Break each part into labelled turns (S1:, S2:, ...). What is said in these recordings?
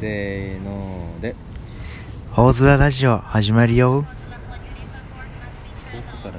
S1: せーので
S2: 大空ラジオ始まるよ
S1: 遠くからだから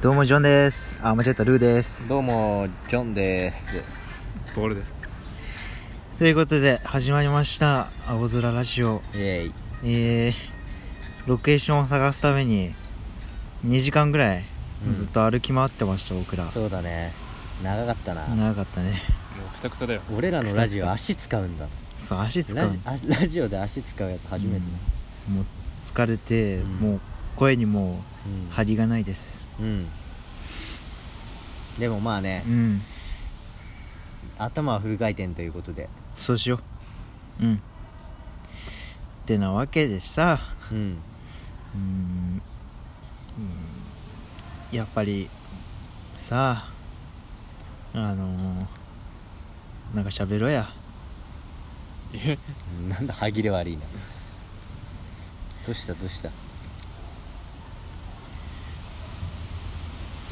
S2: どうもジョンですあ間違えたルーです
S1: どうもジョンです
S3: ボールです
S2: ということで始まりました青空ラジオ
S1: イエイ
S2: えー、ロケーションを探すために2時間ぐらい
S1: うん
S2: ずっと歩き回ってました、僕ら
S1: そうだね長かったな
S2: 長かったね
S3: もうくたくただよ
S1: 俺らのラジオ足使うんだ
S2: そう足使
S1: ラ
S2: う
S1: ジあラジオで足使うやつ初めてだ
S2: もう疲れて、
S1: うん
S2: もう声にも
S1: うん
S2: う張りがないです
S1: うんでもまあね
S2: うん
S1: 頭はフル回転ということで
S2: そうしよううんってなわけでさ
S1: うん
S2: うーんうーんやっぱりさああのー、なんか喋ろや
S1: なんだ歯切れ悪いなどうしたどうした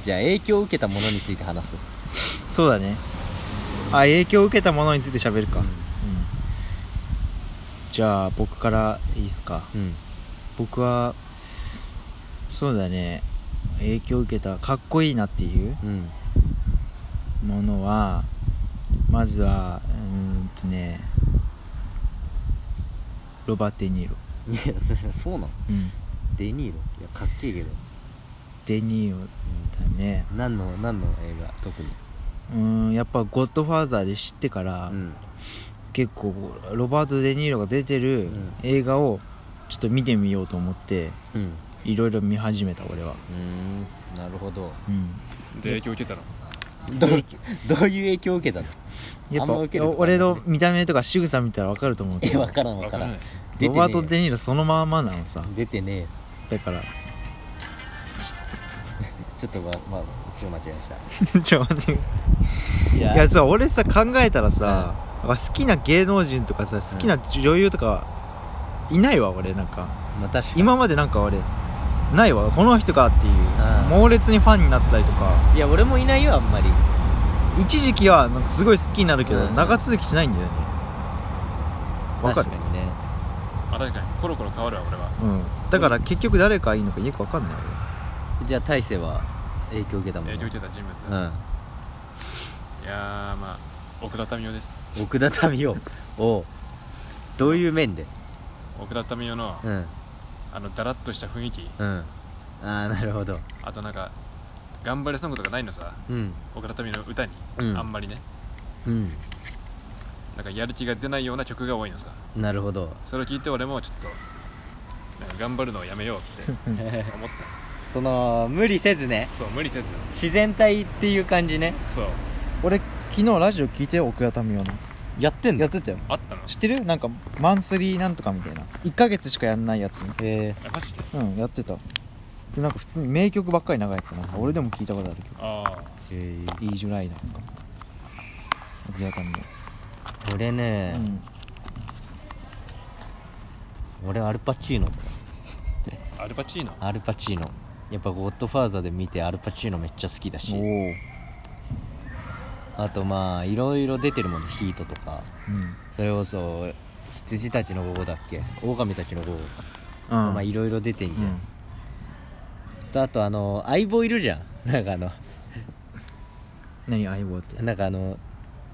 S1: じゃあ影響を受けたものについて話す
S2: そうだねあ影響を受けたものについて喋るか、
S1: う
S2: うんんじゃあ僕からいいっすか
S1: うん
S2: 僕はそうだね影響を受けたかっこいいなっていう
S1: うん
S2: ものはまずはうーんとねロバート・デ・ニーロ、
S1: いやそそうなの
S2: うん、
S1: デニーロいやかっけえけど、
S2: デ・ニーロだね
S1: 何の何の映画特に
S2: うーんやっぱ「ゴッドファーザー」で知ってから、
S1: うん
S2: 結構ロバート・デ・ニーロが出てる
S1: うん
S2: 映画をちょっと見てみようと思って
S1: うん
S2: いろいろ見始めた俺は
S1: うんなるほど
S2: うん
S3: で影響受けたの
S1: どうどういう影響を受けたの
S2: や
S1: あ
S2: っ
S1: んま受け
S2: ぱ
S1: るとこ
S2: 俺の見た目とか仕草見たら分かると思うけ
S1: え
S2: ど
S1: わからんわ
S3: わ
S1: か
S3: からら
S1: ん
S3: ない
S1: 出
S2: ロバート・
S1: てね
S2: デ・ニーロそのままなのさ
S1: え出てねえ
S2: だ から
S1: ちょっとわまあちょっと間違えました
S2: ちょ待って
S1: い
S2: いやさ俺さ考えたらさ、なんか好きな芸能人とかさ好きな女優とかいないわ俺なんか
S1: まあ確かに
S2: 今までなんか俺ないわこの人かっていう
S1: あー
S2: 猛烈にファンになったりとか
S1: いや俺もいないよあんまり
S2: 一時期はなんかすごい好きになるけど、
S1: うん
S2: 長続きしないんだよねわかる
S1: 確かにね
S3: あ確かにコロコロ変わるわ俺は
S2: うんだから結局誰かいいのかよくわかんない
S1: じゃあ大勢は影響を受けたもの
S3: 影響受けた人物、いやーまあ奥田民生です
S1: うん奥田民生をどういう面で
S3: 奥田民生の、
S1: うん
S3: あのだらっとした雰囲気
S1: うんああなるほど
S3: あとなんか頑張れソングとかないのさ
S1: うん
S3: 奥田民生の歌に、
S1: うん
S3: あんまりね
S1: うん
S3: なんかやる気が出ないような曲が多いのさ
S1: なるほ ど
S3: それを聞いて俺もちょっとなんか頑張るのをやめよう って思っ
S1: その無理せずね
S3: たそう無理せず
S1: 自然体っていう感じね
S3: そう
S2: 俺昨日ラジオ聞いてよ奥田民生の
S1: やってん
S2: や
S1: の
S2: ってたよ
S3: あったの
S2: 知ってるなんかマンスリーなんとかみたいな1ヶ月しかやんないやつ
S1: え
S3: あマジで
S2: うんやってたでなんか普通に名曲ばっかり流れてたなんか俺でも聞いたことあるけど
S3: ああ
S1: え
S2: 「イージュライダー」とか奥田民
S1: 俺
S2: 生
S1: ね
S2: う、ん
S1: 俺アルパチーノ
S3: アルパチーノ
S1: アルパチーノやっぱゴッドファーザーで見てアルパチーノめっちゃ好きだし
S2: おお
S1: あとまあいろいろ出てるものヒートとか
S2: うん
S1: それこそ羊たちの午後だっけ狼たちの午後
S2: うん
S1: まあいろいろ出てんじゃん、
S2: うん
S1: とあとあの相棒いるじゃんなんかあの
S2: 何相棒って
S1: なんかあの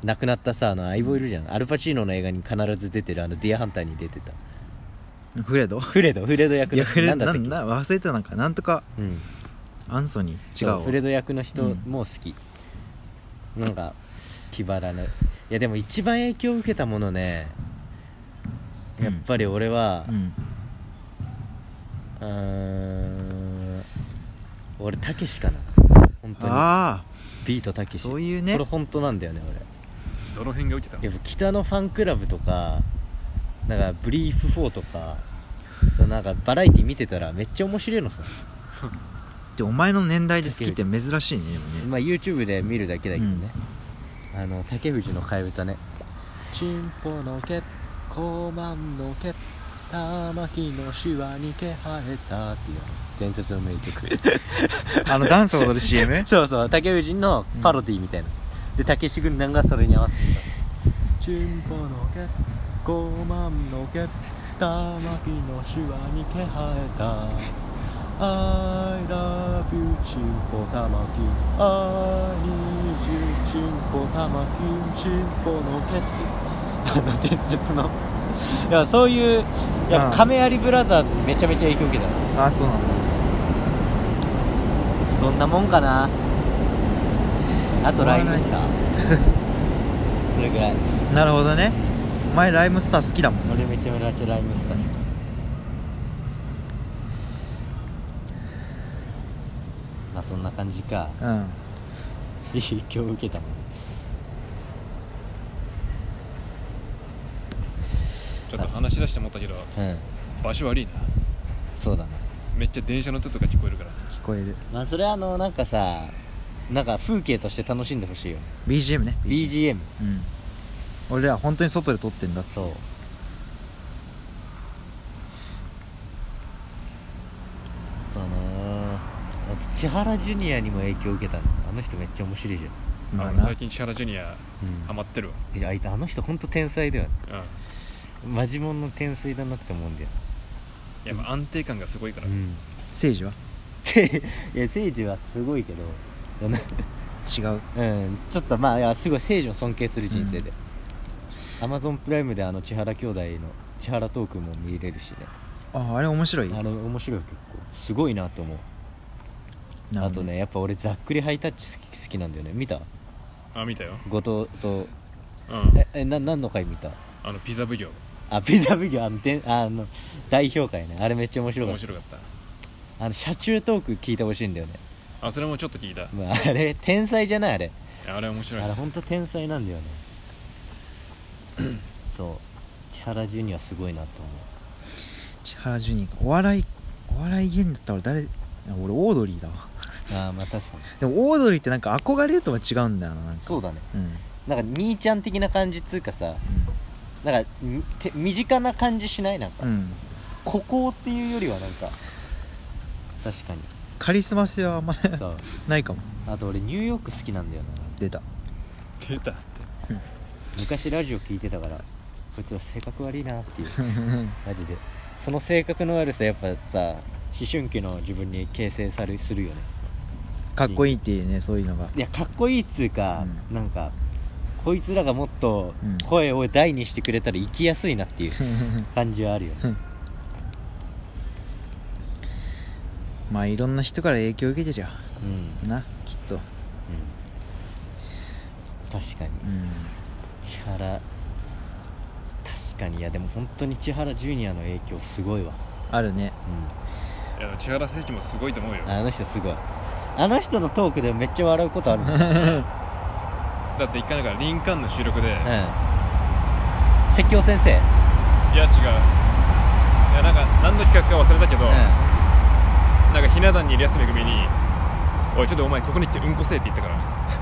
S1: 亡くなったさあの相棒いるじゃん、アルパチーノの映画に必ず出てるあのディアハンターに出てた
S2: フレド
S1: フレドフレド役
S2: い
S1: の
S2: やフ
S1: 人
S2: レ
S1: なんだっ
S2: ドな
S1: たっ
S2: ん
S1: け
S2: だ忘れたなんかなんとか
S1: うん
S2: アンソニー違う
S1: そう
S2: わ
S1: フレド役の人
S2: うん
S1: も好き、なんか気張らないいやでも一番影響を受けたものねやっぱり俺は
S2: うん
S1: うーん俺たけしかな本当に
S2: あ
S1: ビートたけ
S2: あ
S1: し
S2: そう
S1: こ
S2: いう
S1: れ
S2: ね
S1: 本当なんだよね俺
S3: どの辺が受けたの
S1: やっぱ北のファンクラブとかなんかブリーフ4とかそうなんかバラエティ見てたらめっちゃ面白いのさ、
S2: でお前の年代で好きって珍しいねでもね
S1: まあ、YouTube で見るだけだけどね、あの竹藤の替え歌ね「チンポの毛コマンの毛玉木のシワに毛生えた」っていう伝説の名曲
S2: あのダンス踊る CM?
S1: そうそう竹藤のパロディみたいな、でたけし軍団がそれに合わせてたチンポの毛ゴマンの毛玉木の手話に毛生えた I love you チンポ玉木 I need you チンポ玉木チンポの毛っていうあの伝説のだからそういういや
S2: うん
S1: 亀有ブラザーズにめちゃめちゃ影響受けた
S2: あそうなんだ
S1: そんなもんかなあとライブスター それぐらい
S2: なるほどねお前ライムスター好きだもん
S1: 俺めちゃめちゃライムスター好きまあそんな感じか
S2: うん
S1: 影響受けたもん
S3: ちょっと話し出して思ったけど
S1: うん
S3: 場所悪いな
S1: そうだな
S3: めっちゃ電車の音とか聞こえるから
S2: 聞こえる
S1: まあそれはあのなんかさなんか風景として楽しんでほしいよ
S2: BGM ね
S1: BGM
S2: うん俺ら本当に外で撮ってんだって
S1: そうそうだなあと千原ジュニアにも影響受けたのあの人めっちゃ面白いじ
S2: まあ
S3: あの
S2: な
S3: 最近千原ジュニア
S1: ゃ
S3: ハ
S1: ん、
S3: マってるわ
S1: うん、いやあいつあの人本当天才だよね
S3: うん
S1: マジモンの天才だなって思うんだよ、
S3: やっぱ安定感がすごいから
S1: ん、
S2: 政治は
S1: せいや聖治はすごいけどあの
S2: 違う
S1: うんちょっとまあいやすごい聖治を尊敬する人生で、アマゾンプライムであの千原兄弟の千原トークも見れるしね
S2: ああれ面白い
S1: あれ面白い結構すごいなと思う
S2: な
S1: あ
S2: んで
S1: とねやっぱ俺ざっくりハイタッチ好き好きなんだよね見た
S3: あ見たよ
S1: 後藤と
S3: うん
S1: ええな何の回見た
S3: あのピザ奉行
S1: あ PW あのであの代表会ねあれめっちゃ面白かっ
S3: 面
S1: た
S3: 白かった
S1: あの車中トーク聞いてほしいんだよね、
S3: あそれもちょっと聞いたい
S1: まあ、あれ天才じゃないあれ
S3: やあれ面白い
S1: あれ本当天才なんだよね そう千原ジュニアすごいなと思
S2: 千原ジュニアお笑いお笑い芸人だったら誰いや俺オードリーだわ
S1: うああまあ確かに
S2: でもオードリーってなんか憧れるとは違うんだよななんか
S1: そうだね
S2: うん、
S1: なんか兄ちゃん的な感じつうかさなんかみて身近な感じしないなんか
S2: うんうん、
S1: 孤高っていうよりはなんか確かに
S2: カリスマ性はあんま
S1: そう
S2: ないかも
S1: あと俺ニューヨーク好きなんだよな
S2: 出 た
S3: 出たって
S1: 昔ラジオ聞いてたからこいつは性格悪いなっていうマジでその性格の悪さやっぱさ思春期の自分に形成されするよね
S2: かっこいいっていうねそういう のが
S1: いやかっこいいっつうか、なんかこいつらがもっと
S2: うん
S1: 声を大にしてくれたら生きやすいなっていう感じはあるよね
S2: まあいろんな人から影響受けてりゃ
S1: うん、うん、
S2: なきっと
S1: 確かに
S2: うん
S1: 千原確かにいやでも本当に千原ジュニアの影響すごいわ、
S2: あるね
S1: うん、
S3: いやでも千原選手もすごいと思うよ
S1: あの人すごいあの人のトークでめっちゃ笑うことあるもんうん
S3: だって一回なんかリンカーンの収録でいや
S1: 説教先生
S3: 違ういやなんか何の企画か忘れたけど、
S1: う
S3: なんかひな壇にいる安めぐみに「おいちょっとお前ここに行ってうんこせえ」って言ったか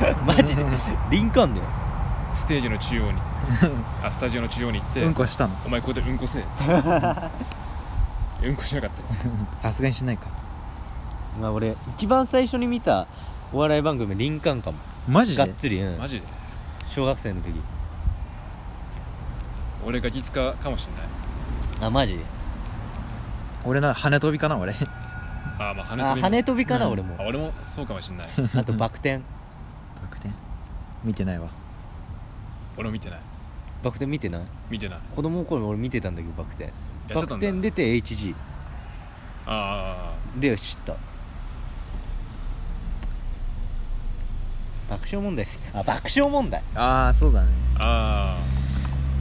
S3: ら
S1: んマジでリンカーンだよ
S3: ステージの中央にあスタジオの中央に行っ て、
S2: うんこ したの
S3: お前ここでうんこ せえうんこしなかったよ
S2: さすがにしないか
S1: まあ俺一番最初に見たお笑い番組リンカーンかも
S2: マジ
S1: がっ
S2: で
S1: つり、うん
S3: マジで
S1: 小学生の時
S3: 俺がギツカかもしんない
S1: あマジ
S2: 俺な羽飛びかな俺
S3: あーまあ羽
S1: あ
S3: 飛びも
S1: 羽飛びかな、
S2: うん
S1: 俺も
S3: あ俺もそうかも しんない
S1: あとバク転
S2: バク転見てないわ
S3: 俺も見てない
S1: バク転見てない
S3: 見てないい
S1: 子供の頃俺見てたんだけどバク転
S3: や
S1: バ
S3: って
S1: ク
S3: たんだ
S1: 転出て HG
S3: あ
S1: で知った爆笑問題っすあ爆笑問題
S2: ああそうだね
S3: ーあ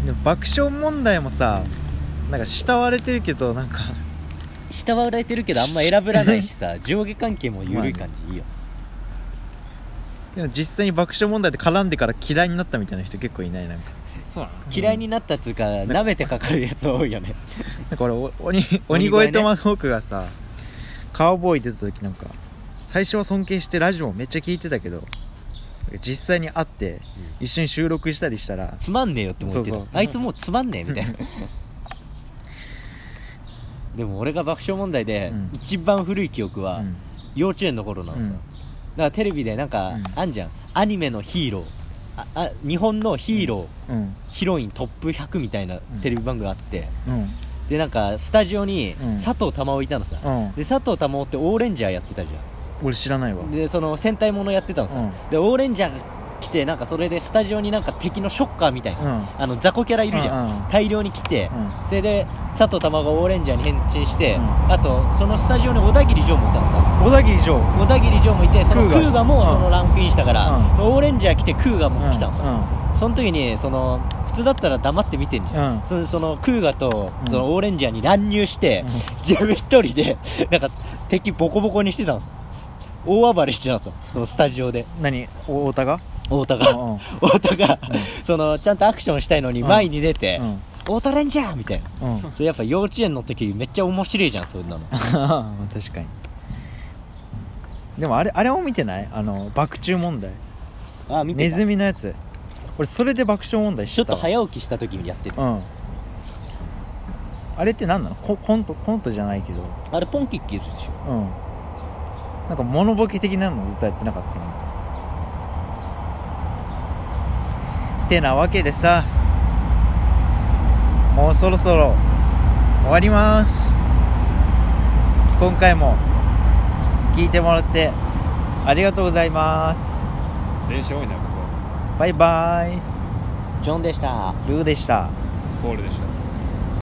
S3: ーあ
S2: でも爆笑問題もさなんか慕われてるけどなんか
S1: 下は売られてるけどあんま選ぶらないしさ 上下関係も緩い感じいいよ、
S2: でも実際に爆笑問題で絡んでから嫌いになったみたいな人結構いないなんか
S3: ーそうなの
S1: 嫌いになったっつうか舐めてかかるやつ多いよね
S2: なんか俺お鬼
S1: 鬼
S2: 鬼
S1: 越ね
S2: 越トマホークがさカウボーイ出た時なんか最初は尊敬してラジオもめっちゃ聞いてたけど実際に会って一緒に収録したりしたら
S1: つまんねえよって思ってる
S2: そうそう
S1: あいつもうつまんねえみたいなでも俺が爆笑問題で
S2: うん
S1: 一番古い記憶は
S2: うん
S1: 幼稚園の頃なのさ、
S2: うん
S1: だからテレビでなんか、
S2: うん
S1: あんじゃんアニメのヒーローああ日本のヒーロー、
S2: うん
S1: ヒロイントップ100みたいなテレビ番組があって、
S2: うん
S1: でなんかスタジオに
S2: うん
S1: 佐藤珠緒いたのさ、
S2: うん
S1: で佐藤珠緒ってオーレンジャーやってたじゃ
S2: 俺知らないわ
S1: んでその戦隊ものやってたのさ、
S2: うん
S1: でオーレンジャーが来てなんかそれでスタジオになんか敵のショッカーみたいな、
S2: うん
S1: あの雑魚キャラいるじゃん、
S2: うんうん
S1: 大量に来て、
S2: う
S1: それで佐藤珠緒がオーレンジャーに変身して、
S2: うん
S1: あとそのスタジオに小田切城もいたのさ、
S2: 小田切城
S1: 小田切城もいてその
S2: ク
S1: ク
S2: ーガ
S1: ーガも
S2: うん
S1: そのランクインしたから、
S2: うん
S1: オーレンジャー来てクーガも来たの
S2: う
S1: さ、
S2: ん
S1: その時にその普通だったら黙って見てんじゃん、
S2: うん
S1: そのそのクーガと
S2: うん
S1: そのオーレンジャーに乱入して、
S2: うん
S1: 自分一人でなんか敵ボコボコにしてたのさ大暴れしてたのさそのスタジオで
S2: 何お太 田が
S1: 太田が、
S2: うんうん
S1: 太田が、そのちゃんとアクションしたいのに
S2: うん
S1: 前に出て、
S2: うん
S1: 太田レンジャーみたいな
S2: うん
S1: それやっぱ幼稚園の時めっちゃ面白いじゃんそんなの
S2: 確かにでもあれあれも見てないあの爆中問題
S1: あ見てた
S2: ネズミのやつ俺それで爆笑問題知
S1: ちょ
S2: っ
S1: ったと
S2: わ
S1: 早起きした時にやってた
S2: うんあれって何なのココントコントじゃないけど
S1: あれポンキッキーズでしょ
S2: うんなんかモノボケ的なのずっとやってなかったよねてなわけでさもうそろそろ終わります今回も聞いてもらってありがとうございます
S3: 電車多いなこ
S2: バイバイ
S1: ジョンでした。
S2: ルーでした
S3: こポールでした